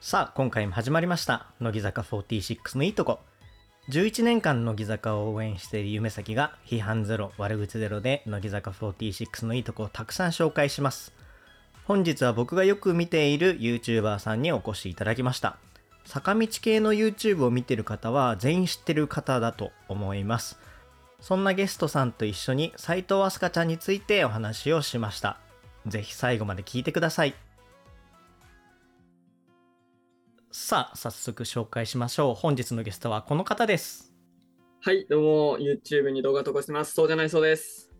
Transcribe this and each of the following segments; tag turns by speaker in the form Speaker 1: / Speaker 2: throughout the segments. Speaker 1: さあ今回も始まりました乃木坂46のいいとこ11年間乃木坂を応援している夢咲が批判ゼロ悪口ゼロで乃木坂46のいいとこをたくさん紹介します本日は僕がよく見ている YouTuber さんにお越しいただきました坂道系の YouTube を見てる方は全員知ってる方だと思いますそんなゲストさんと一緒に斉藤飛鳥ちゃんについてお話をしましたぜひ最後まで聞いてくださいさあ早速紹介しましょう本日のゲストはこの方です
Speaker 2: はい、どうも、YouTube に動画投稿してます。そうじゃないそうです。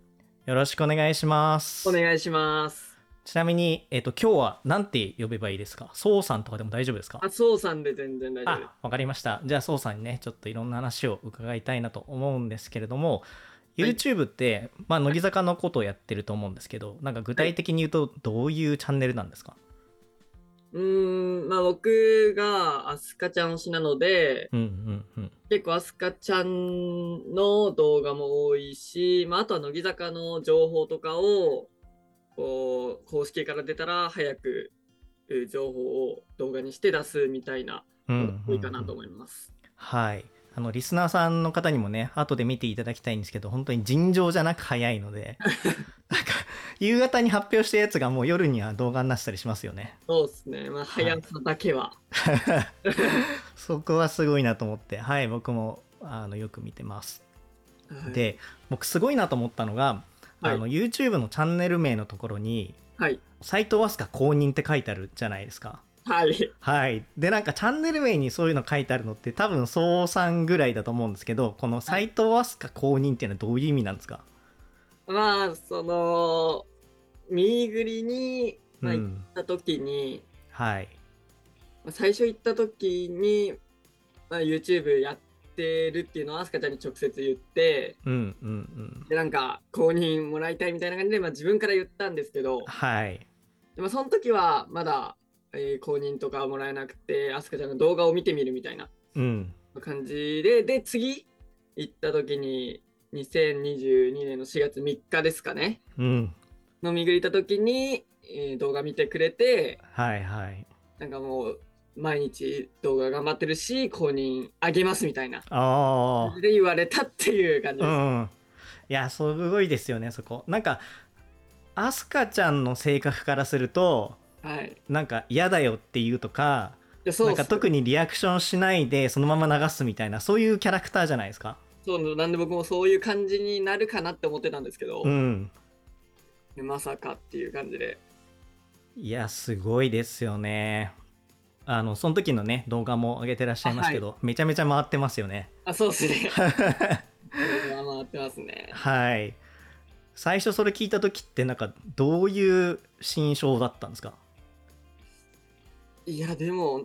Speaker 1: よろしくお願いします
Speaker 2: お願いします。
Speaker 1: ちなみに、えっと今日は何て呼べばいいですかそうさんとかでも大丈夫ですか
Speaker 2: あ、そうさんで全然大丈夫です
Speaker 1: あ。わかりましたじゃあそうさんにねちょっといろんな話を伺いたいなと思うんですけれども
Speaker 2: はい
Speaker 1: YouTube って、まあ、乃木坂のことをやってると思うんですけどなんか具体的に言うとどういうチャンネルなんですか、
Speaker 2: うーん、まあ僕がアスカちゃん推しなので、
Speaker 1: うんうんうん
Speaker 2: 結構アスカちゃんの動画も多いし、まああとは乃木坂の情報とかを、こう、公式から出たら早く、えー情報を動画にして出すみたいな、
Speaker 1: うん
Speaker 2: の
Speaker 1: う
Speaker 2: が
Speaker 1: んうん
Speaker 2: 多いかなと思います。
Speaker 1: はいあのリスナーさんの方にもね後で見ていただきたいんですけど本当に尋常じゃなく早いの でなんか夕方に発表したやつがもう夜には動画になってたりしますよね
Speaker 2: そうですね。まあ早さだけは。
Speaker 1: そこはすごいなと思ってはい僕もあのよく見てます
Speaker 2: はい、
Speaker 1: で僕すごいなと思ったのが、
Speaker 2: はい
Speaker 1: あの YouTube のチャンネル名のところに
Speaker 2: はい。
Speaker 1: 斎藤飛鳥公認って書いてあるじゃないですか。
Speaker 2: はい。
Speaker 1: はい、でなんかチャンネル名にそういうの書いてあるのって多分そうさんぐらいだと思うんですけどこの斎藤飛鳥公認っていうのはどういう意味なんですか
Speaker 2: まあそのミーグリに、まあ、
Speaker 1: う
Speaker 2: 行っ
Speaker 1: ん
Speaker 2: た時に、
Speaker 1: はい
Speaker 2: まあ最初行った時に、まあ、YouTube やってるっていうのをアスカちゃんに直接言って
Speaker 1: うんうんうん
Speaker 2: でなんか公認もらいたいみたいな感じで、まあ、自分から言ったんですけど
Speaker 1: はい
Speaker 2: でもその時はまだ、えー公認とかはもらえなくてアスカちゃんの動画を見てみるみたいな
Speaker 1: うん
Speaker 2: 感じでで次行った時に2022年の4月3日ですかね
Speaker 1: うん
Speaker 2: 飲みぐりた時に、えー動画見てくれて
Speaker 1: はいはい
Speaker 2: なんかもう毎日動画頑張ってるし公認あげますみたいな
Speaker 1: あ あ
Speaker 2: で言われたっていう感じ
Speaker 1: う
Speaker 2: です、
Speaker 1: ん、いやすごいですよねそこなんかアスカちゃんの性格からすると
Speaker 2: はい
Speaker 1: なんか嫌だよって言うとか
Speaker 2: でそう
Speaker 1: なん
Speaker 2: っ
Speaker 1: か
Speaker 2: す
Speaker 1: 特にリアクションしないでそのまま流すみたいなそういうキャラクターじゃないですか
Speaker 2: そうなんで僕もそういう感じになるかなって思ってたんですけど
Speaker 1: う、ん
Speaker 2: まさかっていう感じで
Speaker 1: いやすごいですよねあのその時のね動画も上げてらっしゃいますけど、めちゃめちゃ回ってますよね
Speaker 2: あそうです ね動画回ってますね
Speaker 1: はい最初それ聞いた時ってなんかどういう心象だったんですか
Speaker 2: いやでも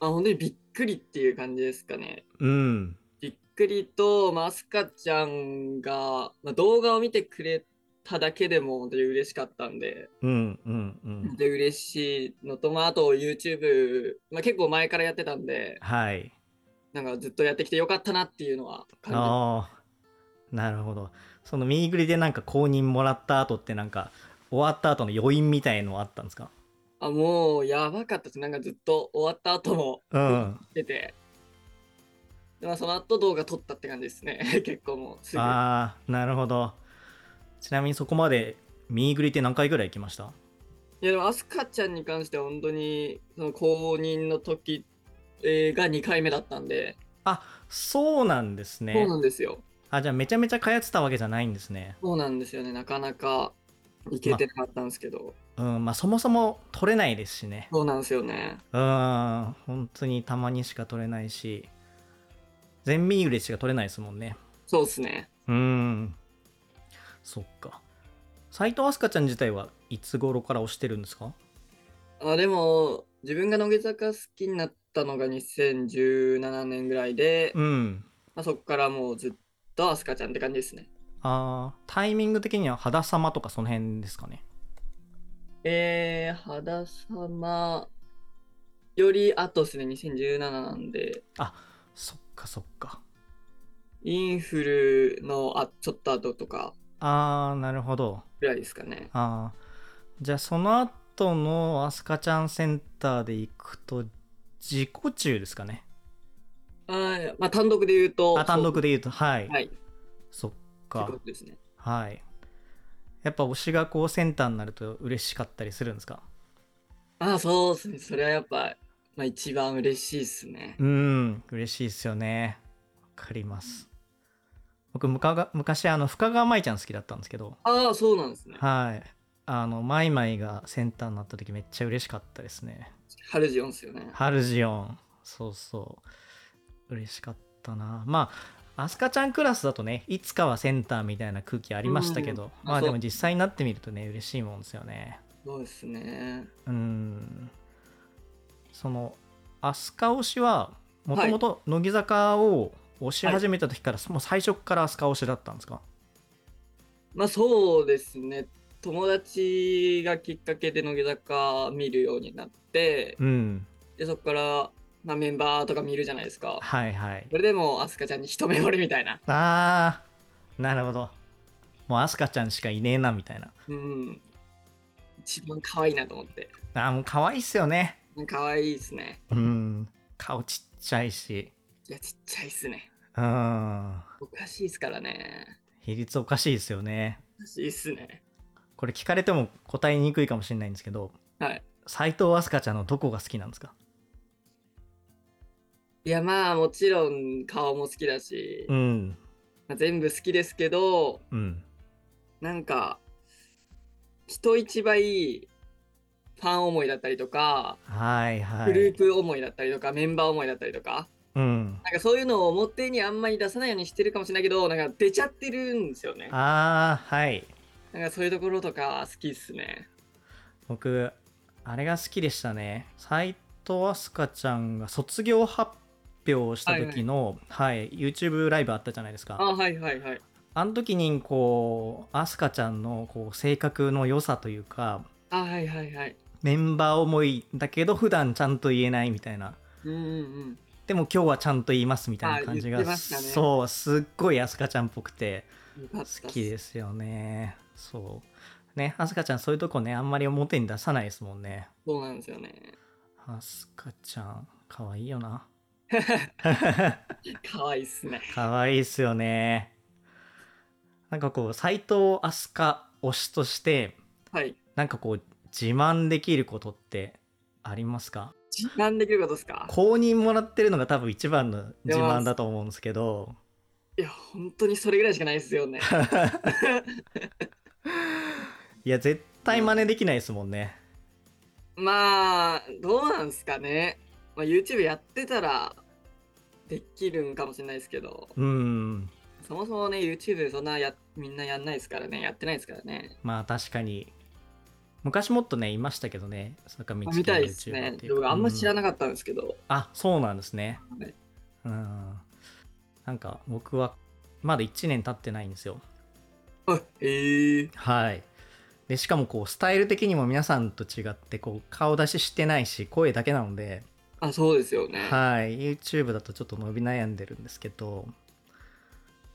Speaker 2: あ本当にびっくりっていう感じですかね
Speaker 1: うん
Speaker 2: びっくりと、まあ、アスカちゃんが、まあ、動画を見てくれただけでも本当に嬉しかったんで、
Speaker 1: うんうんうん
Speaker 2: で嬉しいのと、まあ、あと YouTube、まあ、結構前からやってたんで、
Speaker 1: はい
Speaker 2: なんかずっとやってきてよかったなっていうのは感
Speaker 1: ああなるほどそのミーグリでなんか公認もらった後ってなんか終わった後の余韻みたいのはあったんですか
Speaker 2: じあもうやばかったです。なんかずっと終わった後も
Speaker 1: うん
Speaker 2: 出て、でまあ、その後動画撮ったって感じですね。 結構もうすぐ。
Speaker 1: ああなるほどちなみにそこまでミーグリって何回ぐらい行きました
Speaker 2: いやでもアスカちゃんに関しては本当にその公認の時えーが2回目だったんで、
Speaker 1: そうなんです
Speaker 2: そ
Speaker 1: ね
Speaker 2: うなんですよ。
Speaker 1: あじゃあめちゃめちゃ通ってたわけじゃないんですね
Speaker 2: そうなんですよね、なかなか行けてなかったんですけど、
Speaker 1: うんまあそもそも取れないですしね
Speaker 2: そうなんですよね。
Speaker 1: うん本当にたまにしか取れないし全ミーグリしか取れないですもんね
Speaker 2: そうですね。
Speaker 1: うんそっか斎藤飛鳥ちゃん自体はいつ頃から推してるんですか
Speaker 2: あでも、自分が乃木坂好きになったのが2017年ぐらいで、
Speaker 1: うん
Speaker 2: まあ、そこからもうずっとアスカちゃんって感じですね。
Speaker 1: あータイミング的には肌様とかその辺ですかね
Speaker 2: えー、肌様より後ですね、2017なんで、
Speaker 1: そっかそっか
Speaker 2: インフルのあちょっと後とか
Speaker 1: あーなるほど
Speaker 2: ぐらいですかね。
Speaker 1: ああじゃあその後外のアスカちゃんセンターで行くと自己中ですかね
Speaker 2: はい。まあ、単独で言うと。
Speaker 1: あ単独で言うとはい、
Speaker 2: はい。って
Speaker 1: そっか
Speaker 2: ことですね。
Speaker 1: はいやっぱ推しがこうセンターになると嬉しかったりするんですか
Speaker 2: ああ、そうですね。それはやっぱ、まあ、一番嬉しいですね。
Speaker 1: うん嬉しいですよねわかります僕むかが昔あの深川舞ちゃん好きだったんですけど
Speaker 2: ああ、そうなんですね。
Speaker 1: はいあのマイマイがセンターになった時めっちゃ嬉しかったですね
Speaker 2: ハルジオンですよね。
Speaker 1: ハルジオンそうそう嬉しかったなまあアスカちゃんクラスだとねいつかはセンターみたいな空気ありましたけど、
Speaker 2: うん
Speaker 1: まあ
Speaker 2: そう
Speaker 1: でも実際になってみるとね嬉しいもんですよね
Speaker 2: そうですね。
Speaker 1: うんそのアスカ推しはもともと乃木坂を推し始めた時から、もう最初からアスカ推しだったんですか
Speaker 2: まあ、そうですね。友達がきっかけで乃木坂見るようになって、
Speaker 1: うん
Speaker 2: でそこから、まあ、メンバーとか見るじゃないですか。
Speaker 1: はいはい
Speaker 2: それでもう、アスカちゃんに一目惚れみたいな。
Speaker 1: あーなるほどもうアスカちゃんしかいねえなみたいな
Speaker 2: うん。一番可愛いなと思って。
Speaker 1: あーもう可愛いっすよね
Speaker 2: 可愛いですね。
Speaker 1: うん顔ちっちゃいし
Speaker 2: いや、ちっちゃいっすね。
Speaker 1: うん
Speaker 2: おかしいっすからね。
Speaker 1: 比率おかしいですよね
Speaker 2: おかしいっすね。
Speaker 1: これ聞かれても答えにくいかもしれないんですけど
Speaker 2: はい。
Speaker 1: 斉藤飛鳥ちゃんのどこが好きなんですか
Speaker 2: いや、まあ、もちろん顔も好きだし、
Speaker 1: うん
Speaker 2: まあ、全部好きですけど、
Speaker 1: うん
Speaker 2: なんか、人一倍、ファン思いだったりとか、
Speaker 1: はいはい
Speaker 2: グループ思いだったりとか、メンバー思いだったりとか、
Speaker 1: うん
Speaker 2: なんかそういうのを表にあんまり出さないようにしてるかもしれないけど、なんか出ちゃってるんですよね。
Speaker 1: あーはい
Speaker 2: なんかそういうところとか好きっすね。
Speaker 1: 僕あれが好きでしたね斉藤飛鳥ちゃんが卒業発表した時の、はい YouTube ライブあったじゃないですか
Speaker 2: あ、はいはいはい。
Speaker 1: あの時にこう飛鳥ちゃんのこう性格の良さというか
Speaker 2: あ、はいはいはい。
Speaker 1: メンバー思いだけど普段ちゃんと言えないみたいな
Speaker 2: うんうんうん。
Speaker 1: でも今日はちゃんと言いますみたいな感じ
Speaker 2: あ
Speaker 1: が、
Speaker 2: 言ってましたね
Speaker 1: そうすっごい飛鳥ちゃんっぽくて
Speaker 2: よかったっす
Speaker 1: 好きですよねそうね飛鳥ちゃんそういうとこねあんまり表に出さないですもんね
Speaker 2: そうなんですよね。
Speaker 1: 飛鳥ちゃんかわいいよな
Speaker 2: 可愛いっすね。
Speaker 1: かわいいっすよねなんかこう斎藤飛鳥推しとして
Speaker 2: はい。
Speaker 1: なんかこう自慢できることってありますか
Speaker 2: 自慢できることですか
Speaker 1: 公認もらってるのが多分一番の自慢だと思うんですけど
Speaker 2: いや、本当にそれぐらいしかないですよね。
Speaker 1: いや絶対真似できないですもんね
Speaker 2: まあ、どうなんすかね。まあ、YouTube やってたらできるんかもしれないですけど、
Speaker 1: うん
Speaker 2: そもそもね、YouTube そんなやみんなやんないですからね、やってないですからね。
Speaker 1: まあ確かに昔もっとねいましたけどね坂道
Speaker 2: まあ見たいですね。僕あんま知らな
Speaker 1: っ
Speaker 2: かったんですけど。
Speaker 1: た、うんあそうなんですね
Speaker 2: はい
Speaker 1: うんなんか僕はまだ1年経ってないんですよ
Speaker 2: あ、ええ
Speaker 1: はいでしかもこうスタイル的にも皆さんと違ってこう顔出ししてないし声だけなので、
Speaker 2: あ、そうですよね。
Speaker 1: はい YouTube だとちょっと伸び悩んでるんですけど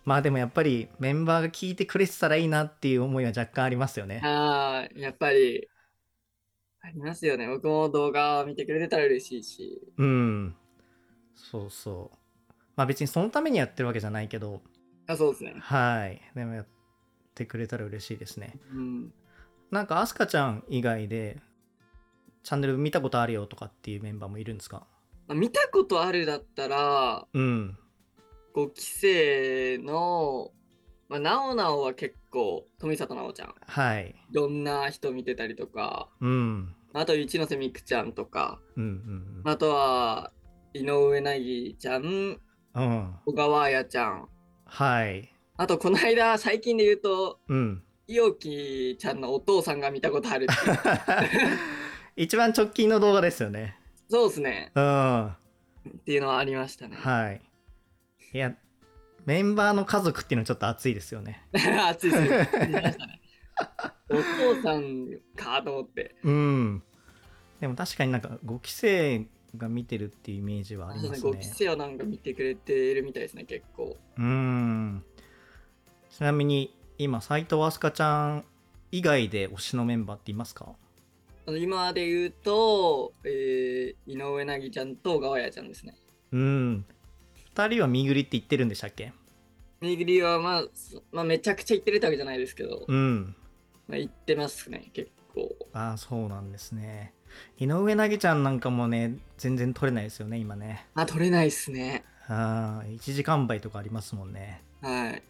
Speaker 1: まあでもやっぱりメンバーが聞いてくれてたらいいなっていう思いは若干ありますよね
Speaker 2: あーやっぱり、ありますよね。僕も動画見てくれてたら嬉しいし。
Speaker 1: うんそうそうまあ別にそのためにやってるわけじゃないけど
Speaker 2: あ、そうですね。
Speaker 1: はいでもやってくれたら嬉しいですね
Speaker 2: うん。
Speaker 1: なんかアスカちゃん以外でチャンネル見たことあるよとかっていうメンバーもいるんですか
Speaker 2: まあ見たことあるだったら、
Speaker 1: うん
Speaker 2: 5期生の、まあ、なおなおは結構、富里なおちゃん、
Speaker 1: はい
Speaker 2: いろんな人見てたりとか、
Speaker 1: うん
Speaker 2: あと一ノ瀬美空ちゃんとか、
Speaker 1: うんうん
Speaker 2: あとは、井上凪ちゃん、
Speaker 1: うんうん
Speaker 2: 小川彩ちゃん、
Speaker 1: はい
Speaker 2: あと、この間、最近で言うと、
Speaker 1: うん
Speaker 2: いおきちゃんのお父さんが見たことあるっていう
Speaker 1: 一番直近の動画ですよね
Speaker 2: そうですね。
Speaker 1: うんは
Speaker 2: っていうのはありましたね。
Speaker 1: いいやメンバーの家族っていうのはちょっと熱いですよね
Speaker 2: 暑いですね。言いました ねお父さんかと思って。
Speaker 1: うんでも確かになんか5期生が見てるっていうイメージはあります
Speaker 2: 5
Speaker 1: ね
Speaker 2: 期生はなんか見てくれてるみたいですね、結構。
Speaker 1: うんちなみに今斉藤飛鳥ちゃん以外で推しのメンバーっていますか
Speaker 2: あの今で言うと、えー井上凪ちゃんと小川谷ちゃんですね。
Speaker 1: うん2人は右りって言ってるんでしたっけ
Speaker 2: 右利は、まあ、そまあめちゃくちゃ行ってるってわけじゃないですけど、
Speaker 1: うん
Speaker 2: まあ、行ってますね結構。
Speaker 1: ああそうなんですね井上凪ちゃんなんかもね全然取れないですよね今ね
Speaker 2: あ取れないですね。
Speaker 1: ああ1時間倍とかありますもんね
Speaker 2: はい。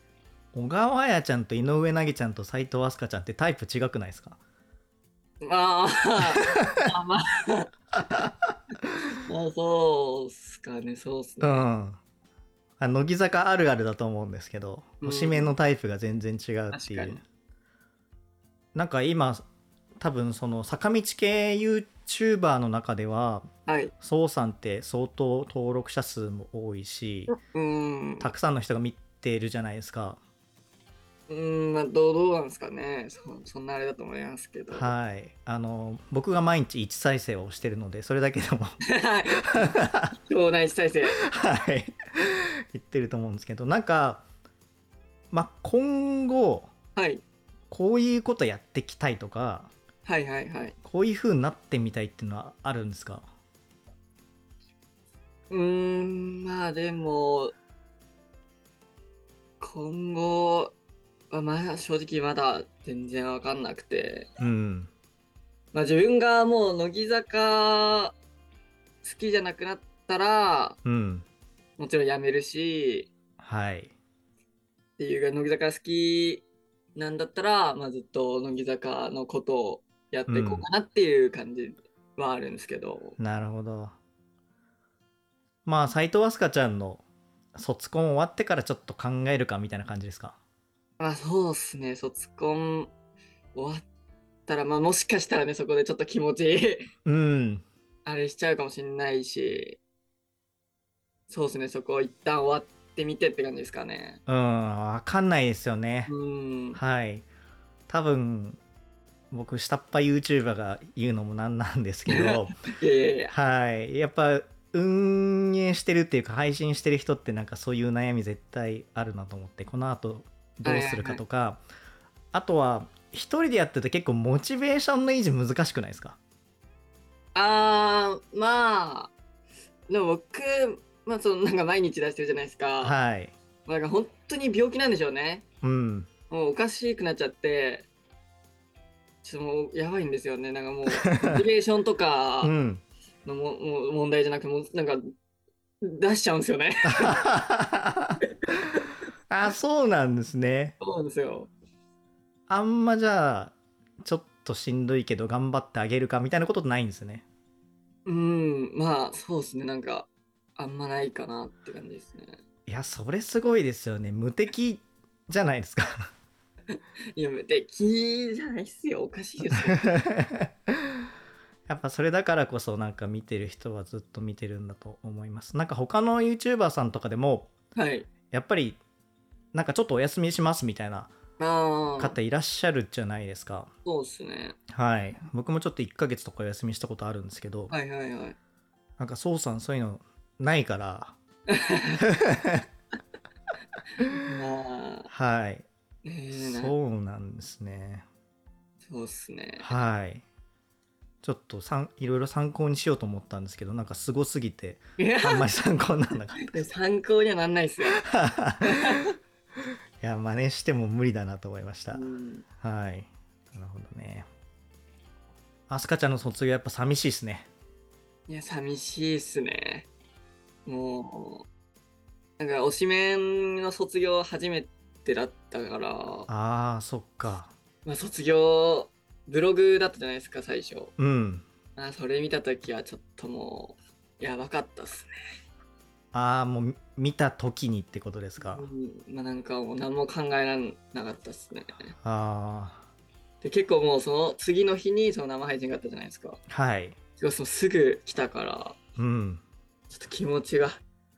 Speaker 1: 小川彩ちゃんと井上凪ちゃんと斎藤飛鳥ちゃんってタイプ違くないですか
Speaker 2: まあ、まあまあ、まあそうっすかね、そうっす
Speaker 1: う
Speaker 2: ね。
Speaker 1: んあ乃木坂あるあるだと思うんですけど
Speaker 2: うん
Speaker 1: 推しメンのタイプが全然違うってい
Speaker 2: 確かに
Speaker 1: うなんか今多分その坂道系 YouTuber の中では
Speaker 2: はい。
Speaker 1: そうさんって相当登録者数も多いし
Speaker 2: うん。
Speaker 1: たくさんの人が見てるじゃないですか
Speaker 2: うん、まあ、どう、どうなんですかね。そそんなあれだと思いますけど。は
Speaker 1: はいあの僕が毎日1再生をしてるのでそれだけでも
Speaker 2: い。腸内再生。
Speaker 1: はい言ってると思うんですけどなんかまあ今後
Speaker 2: はい。
Speaker 1: こういうことやってきたいとか
Speaker 2: はいはいはい。
Speaker 1: こういう風になってみたいっていうのはあるんですか
Speaker 2: うーん、まあでも、今後は、まあ正直まだ全然わかんなくて。
Speaker 1: うん
Speaker 2: まあ、自分がもう乃木坂好きじゃなくなったら
Speaker 1: うん
Speaker 2: もちろん辞めるし
Speaker 1: はい
Speaker 2: っていうか乃木坂好きなんだったら、まあ、ずっと乃木坂のことをやっていこうかなっていう感じはあるんですけど、
Speaker 1: なるほどまあ斎藤飛鳥ちゃんの卒コン終わってからちょっと考えるかみたいな感じですか
Speaker 2: まあそうっすね卒コン終わったら、まあ、もしかしたらねそこでちょっと気持ち
Speaker 1: うん
Speaker 2: あれしちゃうかもしんないしそうっすねそこ一旦終わってみてって感じですかね。
Speaker 1: うんわかんないですよね
Speaker 2: うん
Speaker 1: はい多分僕下っ端 YouTuber が言うのもなんなんですけど
Speaker 2: いやいやいや
Speaker 1: はいやっぱ運営してるっていうか配信してる人ってなんかそういう悩み絶対あるなと思ってこのあとどうするかとか、あとは一人でやってると結構モチベーションの維持難しくないですか
Speaker 2: あーまあでも僕まあそのなんか毎日出してるじゃないですか、
Speaker 1: はい
Speaker 2: まあなんか本当に病気なんでしょうね
Speaker 1: うん
Speaker 2: もうおかしくなっちゃってちょっともうやばいんですよねなんかもうモチベーションとか
Speaker 1: うん
Speaker 2: のも、もう問題じゃなくてもうなんか出しちゃうんですよね
Speaker 1: あそうなんですね
Speaker 2: そうなんですよ
Speaker 1: あんまじゃあちょっとしんどいけど頑張ってあげるかみたいなことないんですね
Speaker 2: うんまあそうですねなんかあんまないかなって感じですね
Speaker 1: いやそれすごいですよね無敵じゃないですか
Speaker 2: いや無敵じゃないっすよおかしいです よ
Speaker 1: やっぱそれだからこそなんか見てる人はずっと見てるんだと思いますなんか他の YouTuber さんとかでも
Speaker 2: はい
Speaker 1: やっぱりなんかちょっとお休みしますみたいな
Speaker 2: ああ
Speaker 1: 方いらっしゃるじゃないですか、
Speaker 2: そうですね
Speaker 1: はい僕もちょっと1ヶ月とかお休みしたことあるんですけど、
Speaker 2: はいはいはい
Speaker 1: なんかそうさんそういうのないから
Speaker 2: まあ、
Speaker 1: はい
Speaker 2: ねえなそう
Speaker 1: そうなんですね
Speaker 2: っすね。
Speaker 1: はいちょっとさんいろいろ参考にしようと思ったんですけどなんかすごすぎて
Speaker 2: いや
Speaker 1: あんまり参考にならなかったです
Speaker 2: 参考にはなんないっすよ。
Speaker 1: いや真似しても無理だなと思いました、
Speaker 2: うん
Speaker 1: はいなるほどねアスカちゃんの卒業やっぱ寂しいですね
Speaker 2: いや、寂しいっすね。もう、なんか、推しメンの卒業初めてだったから、
Speaker 1: あーそっか
Speaker 2: まあ、卒業、ブログだったじゃないですか、最初。
Speaker 1: うん
Speaker 2: まあ、それ見たときは、ちょっともう、やばかったっすね。
Speaker 1: ああもうみ見た時にってことですか、
Speaker 2: うんまあ、なんかもう、何も考えらんなかったっすね。
Speaker 1: あ
Speaker 2: で、結構もう、その次の日に、その生配信があったじゃないですか。
Speaker 1: あはい
Speaker 2: 結構そのすぐ来たから、
Speaker 1: うん
Speaker 2: ちょっと気持ちが。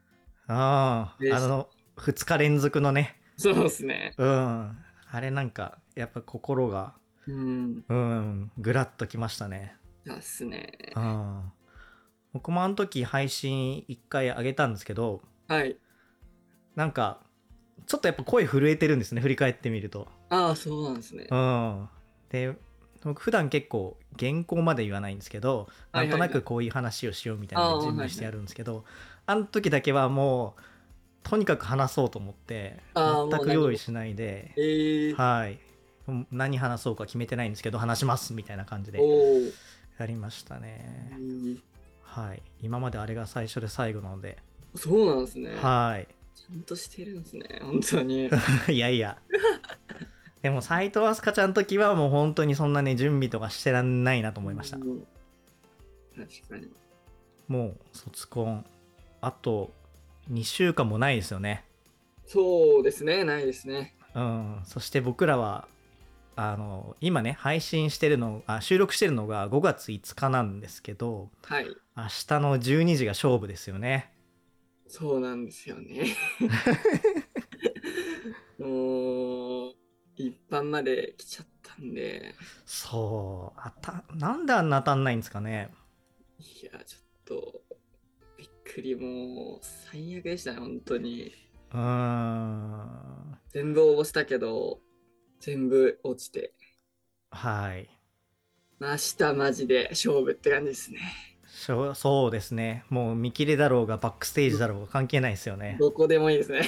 Speaker 1: ああ
Speaker 2: で
Speaker 1: あの2日連続のね
Speaker 2: そうですね。
Speaker 1: うんあれなんかやっぱ心が
Speaker 2: うん。
Speaker 1: うんぐらっときましたね
Speaker 2: そうですね。
Speaker 1: うん僕もあの時配信1回上げたんですけど
Speaker 2: はい。
Speaker 1: なんかちょっとやっぱ声震えてるんですね振り返ってみると
Speaker 2: ああ、そうなんですね
Speaker 1: う。んで僕普段結構原稿まで言わないんですけどない
Speaker 2: ははい
Speaker 1: んとなくこういう話をしようみたいなのを準備してやるんですけどあの時だけはもうとにかく話そうと思って
Speaker 2: あ
Speaker 1: 全
Speaker 2: ーもう
Speaker 1: く
Speaker 2: 何も
Speaker 1: 用意しないで
Speaker 2: えー、
Speaker 1: はいうん何話そうか決めてないんですけど話しますみたいな感じで
Speaker 2: おー
Speaker 1: やりましたね
Speaker 2: いい
Speaker 1: はい今まであれが最初で最後なので
Speaker 2: そうなんですね。
Speaker 1: はい
Speaker 2: ちゃんとしてるんですね、本当に。
Speaker 1: いやいや。でも斎藤飛鳥ちゃんの時はもう本当にそんなね準備とかしてらんないなと思いました
Speaker 2: う。ん確かに。
Speaker 1: もう卒コンあと2週間もないですよね。
Speaker 2: そうですね、ないですね。
Speaker 1: うん。そして僕らはあの今ね配信してるのあ収録してるのが5月5日なんですけど
Speaker 2: はい。
Speaker 1: 明日の12時が勝負ですよね。
Speaker 2: そうなんですよ ね。もう、一般まで来ちゃったんで、
Speaker 1: そうあたなんであんな当たんないんですかね。
Speaker 2: いや、ちょっと、びっくり、もう、最悪でしたね、本当に。
Speaker 1: うーん。
Speaker 2: 全部応募したけど、全部落ちて。
Speaker 1: はい。
Speaker 2: 明日マジで勝負って感じですね。
Speaker 1: そうそうですねもう見切れだろうがバックステージだろうが関係ないですよね
Speaker 2: どこでもいいですね。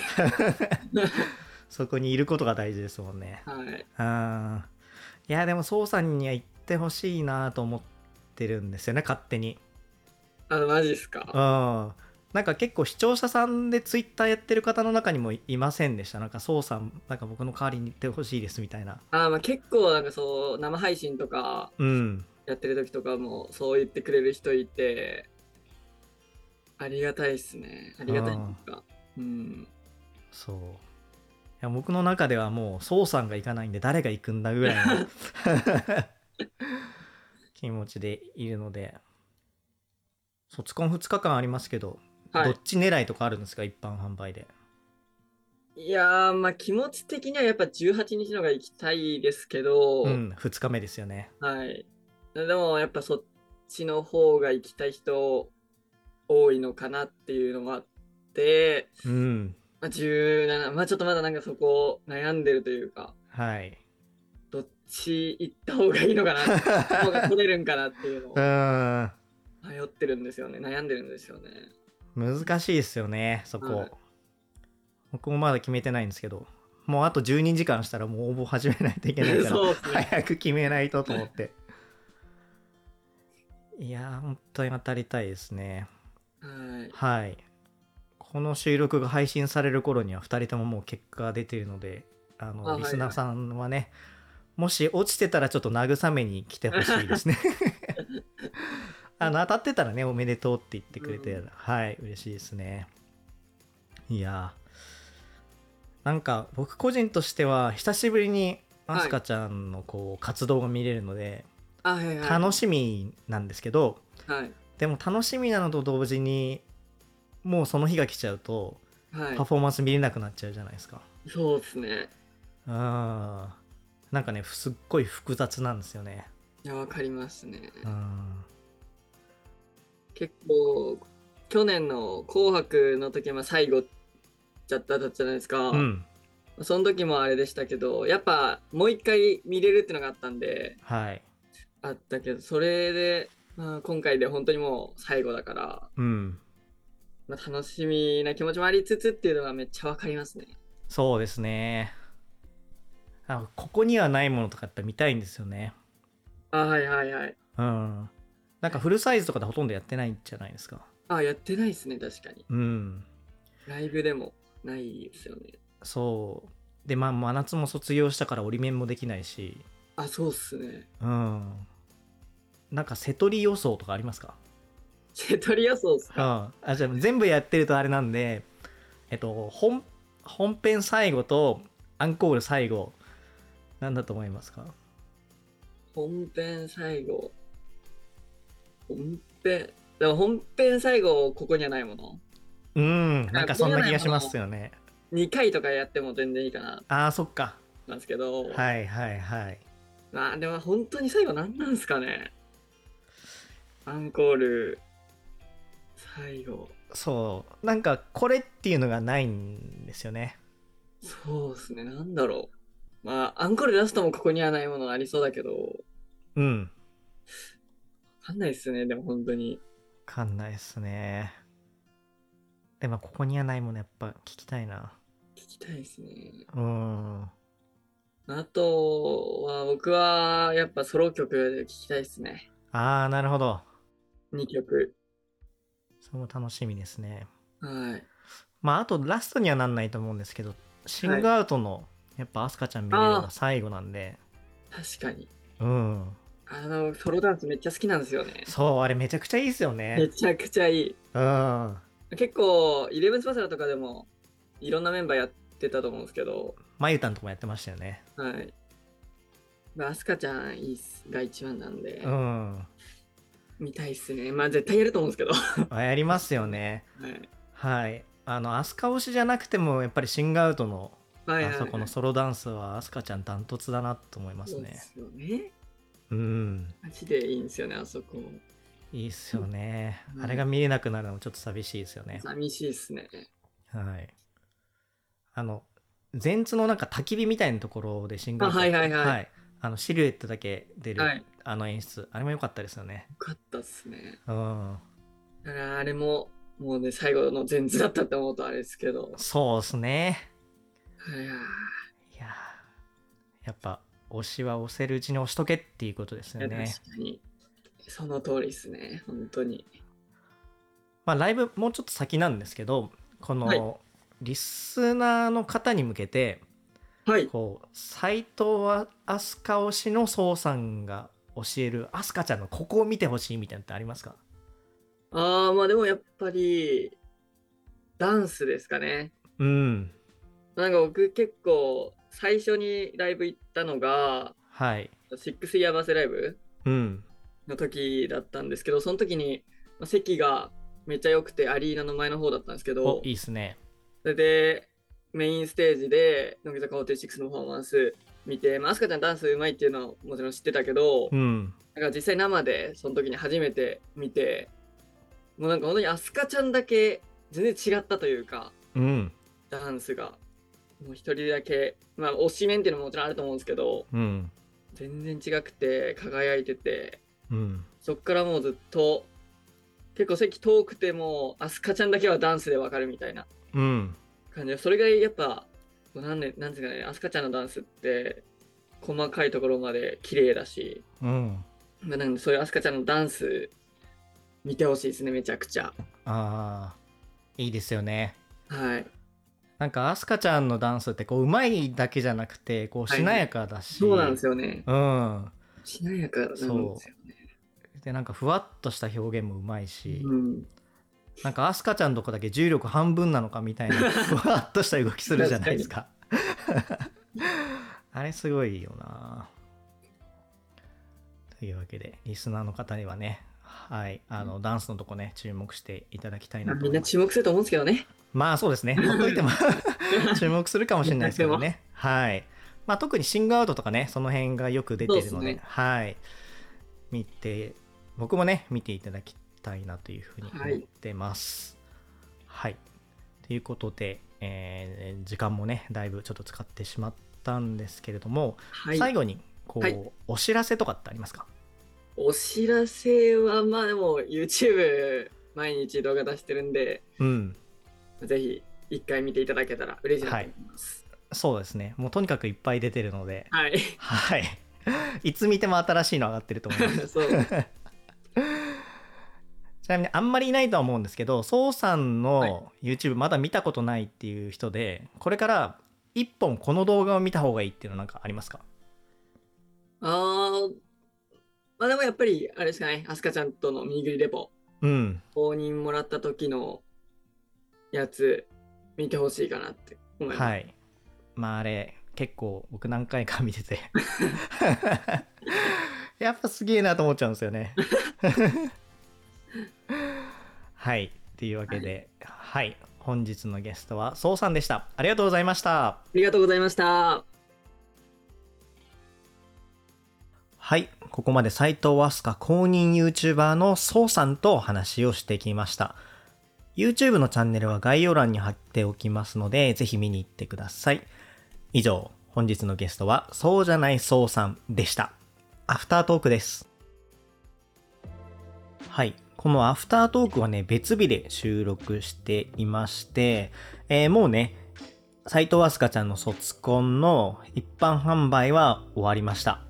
Speaker 1: そこにいることが大事ですもんね
Speaker 2: は
Speaker 1: う
Speaker 2: い。
Speaker 1: んいやでも蒼さんには行ってほしいなと思ってるんですよね勝手に
Speaker 2: あの、マジです
Speaker 1: うん
Speaker 2: か。
Speaker 1: なんか結構視聴者さんでツイッターやってる方の中にもいませんでしたなんか蒼さんなんか僕の代わりに行ってほしいですみたいな
Speaker 2: あーまあ結構、なんかそう、生配信とか
Speaker 1: うん
Speaker 2: やってる時とかも、そう言ってくれる人いて、ありがたいですね。ありがたいっていうか。うん。
Speaker 1: そういや僕の中ではもう蒼さんが行かないんで誰が行くんだぐらい の気持ちでいるので卒コン2日間ありますけど、
Speaker 2: は
Speaker 1: どっ
Speaker 2: い。
Speaker 1: ち狙いとかあるんですか一般販売で
Speaker 2: いやー、まあ気持ち的にはやっぱ18日のが行きたいですけど、
Speaker 1: うん2日目ですよね
Speaker 2: はい。でもやっぱそっちの方が行きたい人多いのかなっていうのもあって、
Speaker 1: うん
Speaker 2: まあ、17、まあちょっとまだなんかそこ悩んでるというか、
Speaker 1: はい
Speaker 2: どっち行った方がいいのかな、どっちの方が取れるんかなっていうのを
Speaker 1: うーん
Speaker 2: 迷ってるんですよね、悩んでるんですよね。
Speaker 1: 難しいですよねそこ、
Speaker 2: はい
Speaker 1: 僕もまだ決めてないんですけどもうあと12時間したらもう応募始めないといけないから
Speaker 2: そうですね。
Speaker 1: 早く決めないとと思って いやー本当に当たりたいですね
Speaker 2: はい。
Speaker 1: はいこの収録が配信される頃には2人とももう結果が出ているのであの
Speaker 2: あ
Speaker 1: リスナーさんはね、もし落ちてたらちょっと慰めに来てほしいですね あの当たってたらねおめでとうって言ってくれて、
Speaker 2: うん
Speaker 1: はい嬉しいですねいやーなんか僕個人としては久しぶりに
Speaker 2: はい
Speaker 1: アスカちゃんのこう活動が見れるので、
Speaker 2: あ、はいはい。
Speaker 1: 楽しみなんですけど、
Speaker 2: はい。
Speaker 1: でも楽しみなのと同時にもうその日が来ちゃうとパ
Speaker 2: は
Speaker 1: フォーマンス見れなくなっちゃうじゃないですか、
Speaker 2: い。そうですね。
Speaker 1: うんなんかねすっごい複雑なんですよね
Speaker 2: いや、わかりますね。
Speaker 1: うん
Speaker 2: 結構、去年の紅白の時は最後だったじゃないですか。
Speaker 1: うん
Speaker 2: その時もあれでしたけど、やっぱもう一回見れるってのがあったんで、
Speaker 1: はい
Speaker 2: あったけど、それで、まあ、今回で本当にもう最後だから、
Speaker 1: うん
Speaker 2: まあ、楽しみな気持ちもありつつっていうのがめっちゃわかりますね。
Speaker 1: そうですねあここにはないものとかやっぱ見たいんですよね
Speaker 2: あはいはいはい。
Speaker 1: うんなんかフルサイズとかでほとんどやってないじゃないですか
Speaker 2: あやってないですね、確かに。
Speaker 1: うん
Speaker 2: ライブでもないですよね。
Speaker 1: そうでまあ真夏も卒業したから折り面もできないし
Speaker 2: あ、そうっすね。
Speaker 1: うんなんか瀬取り予想とかありますか
Speaker 2: 瀬戸利予想っす
Speaker 1: うん、
Speaker 2: か。
Speaker 1: あじゃあ全部やってるとあれなんで、えっと、本本編最後とアンコール最後なんだと思いますか
Speaker 2: 本編最後。本編。でも本編最後、ここにはないもの。
Speaker 1: うんなんかそんな気がしますよね
Speaker 2: 2回とかやっても全然いいかな、
Speaker 1: あーそっか
Speaker 2: なんですけど。
Speaker 1: はいはいはい
Speaker 2: まあ、でも本当に最後何なんですかね。アンコール、最後。
Speaker 1: そうなんかこれっていうのがないんですよね
Speaker 2: そうですね、なんだろう。まあ、アンコールラストもここにはないものありそうだけど、
Speaker 1: ううん。
Speaker 2: わかんないですね、でも本当に。
Speaker 1: わかんないっすね。でもここにはないものやっぱ聞きたいな。
Speaker 2: 聞きたいですね。
Speaker 1: うん。
Speaker 2: あとは、僕はやっぱソロ曲聞きたいですね。
Speaker 1: あー、なるほど。
Speaker 2: 2曲。
Speaker 1: それも楽しみですね。
Speaker 2: はい。
Speaker 1: まああとラストにはなんないと思うんですけど、シングアウトの、やっぱアスカちゃん見れるのが最後なんで、
Speaker 2: 確かに。
Speaker 1: うん。
Speaker 2: あの、ソロダンスめっちゃ好きなんですよね。
Speaker 1: そう、あれめちゃくちゃいいですよね。
Speaker 2: めちゃくちゃいい。
Speaker 1: うん。
Speaker 2: 結構、イレブンスパサラとかでも、いろんなメンバーやってたと思うんですけど、
Speaker 1: まゆたんとかもやってましたよね。
Speaker 2: はい。まあ、アスカちゃんいいっすが一番なんで、
Speaker 1: うん。
Speaker 2: 見たいっすね。まあ、絶対やると思うんですけど。
Speaker 1: あやりますよね。
Speaker 2: はい。
Speaker 1: はい。あの、アスカ推しじゃなくても、やっぱりシングアウトの、
Speaker 2: はい、
Speaker 1: あそこのソロダンスは、アスカちゃんダントツだなと思いま
Speaker 2: そ
Speaker 1: す
Speaker 2: うで
Speaker 1: ね。
Speaker 2: すよね。
Speaker 1: うん。
Speaker 2: マジでいいんですよね、あそこ。
Speaker 1: いいっすよね
Speaker 2: う。ん
Speaker 1: あれが見れなくなるのもちょっと寂しいですよね。
Speaker 2: 寂しいっすね。
Speaker 1: はい。あの、前通のなんか焚き火みたいなところでシングアウト。
Speaker 2: あはいはいはい
Speaker 1: あの、シルエットだけ出る、
Speaker 2: はい。よ
Speaker 1: あの演出。あれも良かったですよね。
Speaker 2: かったっすね。
Speaker 1: うん。
Speaker 2: だから、あれも、もうね、最後の前日だったって思うとあれですけど。
Speaker 1: そうっすね。
Speaker 2: はいや
Speaker 1: いやーやっぱ押しは押せるうちに押しとけっていうことです
Speaker 2: ー
Speaker 1: よね。
Speaker 2: 確かに。その通りっすね、本当に。
Speaker 1: まあライブもうちょっと先なんですけどこ
Speaker 2: はい
Speaker 1: のリスナーの方に向けて
Speaker 2: はい。
Speaker 1: こう斎藤は飛鳥推しの宋さんが教える飛鳥ちゃんのここを見てほしいみたいなのってありますか
Speaker 2: ああ、まあでもやっぱり、ダンスですかね。
Speaker 1: うん
Speaker 2: なんか僕結構、最初にライブ行ったのが、
Speaker 1: はい
Speaker 2: シックスイヤーバースライブ
Speaker 1: うん
Speaker 2: の時だったんですけど、その時にまあ席がめっちゃ良くて、アリーナの前の方だったんですけ
Speaker 1: お
Speaker 2: ど、
Speaker 1: いいっすね
Speaker 2: それで、メインステージで、乃木坂46のパフォーマンス見て、まあ、アスカちゃんダンスうまいっていうのはもちろん知ってたけど、
Speaker 1: うん
Speaker 2: なんか実際生でその時に初めて見てもうなんか本当にアスカちゃんだけ全然違ったというか
Speaker 1: うん
Speaker 2: ダンスがもう一人だけまあ推しメンっていうのももちろんあると思うんですけど
Speaker 1: うん
Speaker 2: 全然違くて輝いてて
Speaker 1: うん
Speaker 2: そっからもうずっと結構席遠くてもアスカちゃんだけはダンスでわかるみたいな
Speaker 1: うん
Speaker 2: 感じでそれがやっぱこうなんでなんですかねアスカちゃんのダンスって細かいところまで綺麗だし、
Speaker 1: うん
Speaker 2: まあ、なんでそういうアスカちゃんのダンス見てほしいですねめちゃくちゃ。
Speaker 1: あーいいですよね
Speaker 2: はい、
Speaker 1: なんかアスカちゃんのダンスってこう上手いだけじゃなくてこう
Speaker 2: はい
Speaker 1: しなやかだし、
Speaker 2: そうなんですよね。
Speaker 1: うん
Speaker 2: しなやかなんですよね。
Speaker 1: でなんかふわっとした表現も上手いし、
Speaker 2: うん、
Speaker 1: なんかアスカちゃんのとこだけ重力半分なのかみ たいなふわっとした動きするじゃないですかあれすごいよなというわけでリスナーの方にはねはいあの、ダンスのとこね注目していただきたいなと
Speaker 2: みん
Speaker 1: 思い
Speaker 2: な
Speaker 1: ます
Speaker 2: 注目すると思うんですけどね。
Speaker 1: まあそう ですね。ほっといても 注目するかもしれないですけどね。はい。まあ特にシングアウトとかね、その辺がよく出てる
Speaker 2: そ
Speaker 1: の
Speaker 2: う
Speaker 1: で、
Speaker 2: ですね
Speaker 1: はい。見て、僕もね、見ていただきたいなというふうに
Speaker 2: はい
Speaker 1: 思ってます。はい。ということで、えー時間もね、だいぶちょっと使ってしまったんですけれども、
Speaker 2: はい。
Speaker 1: 最後に、こう、
Speaker 2: はい
Speaker 1: お知らせとかってありますか
Speaker 2: お知らせは、まあでも YouTube 毎日動画出してるんで、
Speaker 1: うん。
Speaker 2: ぜひ一回見ていただけたら嬉しいなと思います。
Speaker 1: そうですね。もうとにかくいっぱい出てるので、
Speaker 2: はい。
Speaker 1: はい。いつ見ても新しいの上がってると思います。
Speaker 2: そうです
Speaker 1: ちなみにあんまりいないとは思うんですけど、そうさん
Speaker 2: は
Speaker 1: の YouTube まだ見たことないっていう人で、これから一本この動画を見た方がいいっていうのなんかありますか
Speaker 2: あーまあでもやっぱり、あれですかね、アスカちゃんとのミニグリレポ、
Speaker 1: うん。
Speaker 2: 公認もらった時のやつ、見てほしいかなって思います。
Speaker 1: はい。まああれ、結構僕何回か見てて。 やっぱすげえなと思っちゃうんですよね。 はい。というわけで、はい。本日のゲストはそうさんでした。ありがとうございました。
Speaker 2: ありがとうございました。
Speaker 1: はい、ここまで斉藤飛鳥公認 YouTuber のそうさんとお話をしてきました。YouTube のチャンネルは概要欄に貼っておきますので、ぜひ見に行ってください。以上、本日のゲストは、そうじゃないそうさんでした。アフタートークです。はい。このアフタートークはね、別日で収録していまして、えーもうね、斎藤飛鳥ちゃんの卒コンの一般販売は終わりました。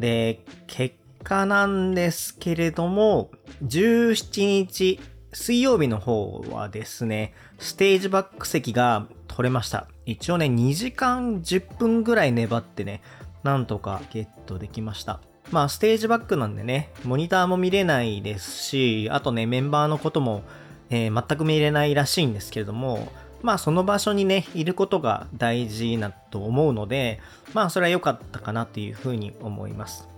Speaker 1: で、結果なんですけれども、17日水曜日の方はですね、ステージバック席が取れました。一応ね、2時間10分ぐらい粘ってね、なんとかゲットできました。まあ、ステージバックなんでね、モニターも見れないですし、あとね、メンバーのことも、えー全く見れないらしいんですけれども、まあ、その場所にね、いることが大事なと思うので、まあ、それは良かったかなっていうふうに思います。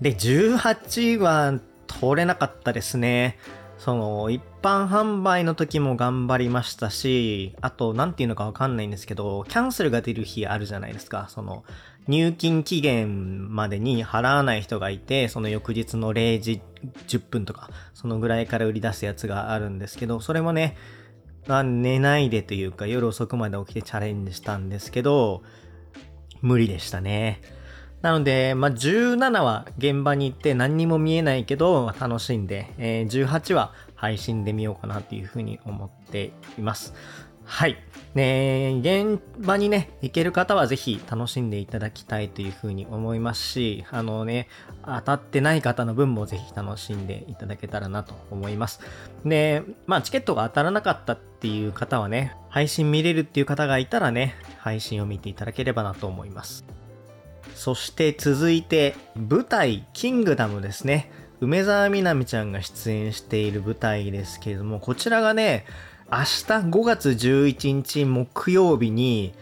Speaker 1: で、18は取れなかったですね。その、一般販売の時も頑張りましたし、あと、なんていうのかわかんないんですけど、キャンセルが出る日あるじゃないですか。その、入金期限までに払わない人がいて、その翌日の0時10分とか、そのぐらいから売り出すやつがあるんですけど、それもね、まあ寝ないでというか、夜遅くまで起きてチャレンジしたんですけど、無理でしたね。なので、まあ、17は現場に行って何にも見えないけど楽しんで、えー18は配信で見ようかなというふうに思っています。はい。ね現場にね、行ける方はぜひ楽しんでいただきたいというふうに思いますし、あのね、当たってない方の分もぜひ楽しんでいただけたらなと思います。で、まあチケットが当たらなかったっていう方はね、配信見れるっていう方がいたらね、配信を見ていただければなと思います。そして続いて、舞台、キングダムですね。梅澤美波ちゃんが出演している舞台ですけれども、こちらがね、明日5月11日木曜日に、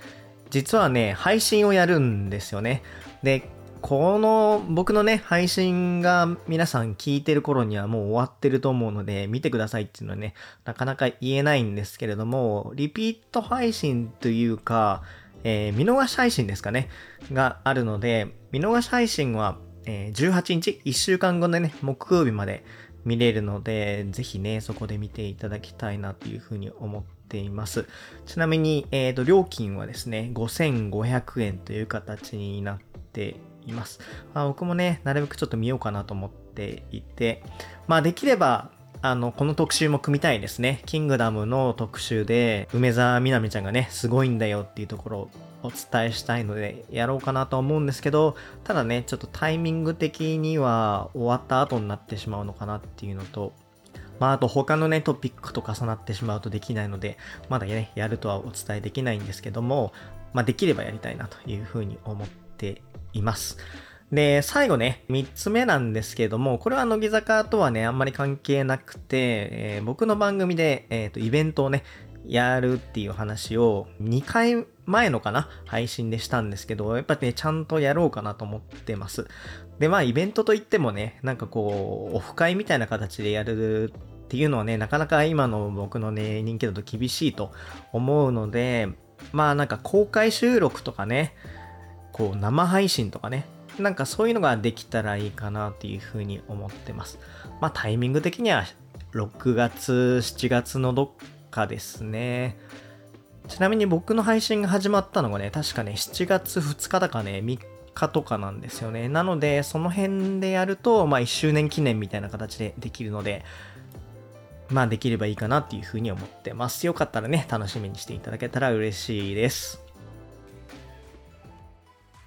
Speaker 1: 実はね、配信をやるんですよね。で、この僕のね、配信が皆さん聞いてる頃にはもう終わってると思うので、見てくださいっていうのはね、なかなか言えないんですけれども、リピート配信というか、えー見逃し配信ですかね、があるので、見逃し配信は、えー18日、1週間後のね、木曜日まで見れるので、ぜひね、そこで見ていただきたいなというふうに思っています。ちなみに、えーと、料金はですね、5500円という形になっています。まあ、僕もね、なるべくちょっと見ようかなと思っていて、まあ、できれば、あの、この特集も組みたいですね。キングダムの特集で、梅澤美波ちゃんがね、すごいんだよっていうところをお伝えしたいので、やろうかなと思うんですけど、ただね、ちょっとタイミング的には終わった後になってしまうのかなっていうのと、まあ、あと他のね、トピックと重なってしまうとできないので、まだね、やるとはお伝えできないんですけども、まあ、できればやりたいなというふうに思っています。で、最後ね、3つ目なんですけども、これは乃木坂とはね、あんまり関係なくて、えー僕の番組で、えーとイベントをね、やるっていう話を2回前のかな配信でしたんですけど、やっぱね、ちゃんとやろうかなと思ってます。で、まあ、イベントといってもね、なんかこう、オフ会みたいな形でやるっていうのはね、なかなか今の僕のね、人気だと厳しいと思うので、まあなんか公開収録とかね、こう生配信とかね、なんかそういうのができたらいいかなっていうふうに思ってます。まあタイミング的には6月、7月のどっかですね。ちなみに僕の配信が始まったのがね、確かね、7月2日だかね、3日とかなんですよね。なので、その辺でやると、まあ1周年記念みたいな形でできるので、まあできればいいかなっていうふうに思ってます。よかったらね、楽しみにしていただけたら嬉しいです。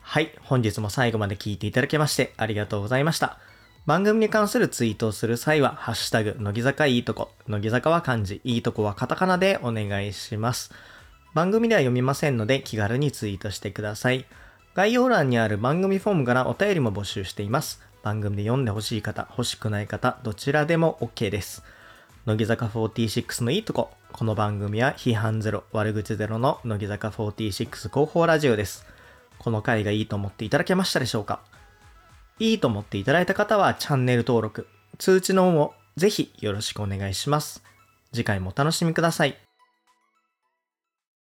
Speaker 1: はい、本日も最後まで聞いていただきましてありがとうございました。番組に関するツイートをする際は、ハッシュタグ、乃木坂いいとこ、乃木坂は漢字、いいとこはカタカナでお願いします。番組では読みませんので、気軽にツイートしてください。概要欄にある番組フォームからお便りも募集しています。番組で読んでほしい方、欲しくない方、どちらでも OK です。乃木坂46のいいとこ。この番組は批判ゼロ、悪口ゼロの乃木坂46広報ラジオです。この回がいいと思っていただけましたでしょうかいいと思っていただいた方はチャンネル登録、通知のオンをぜひよろしくお願いします。次回もお楽しみください。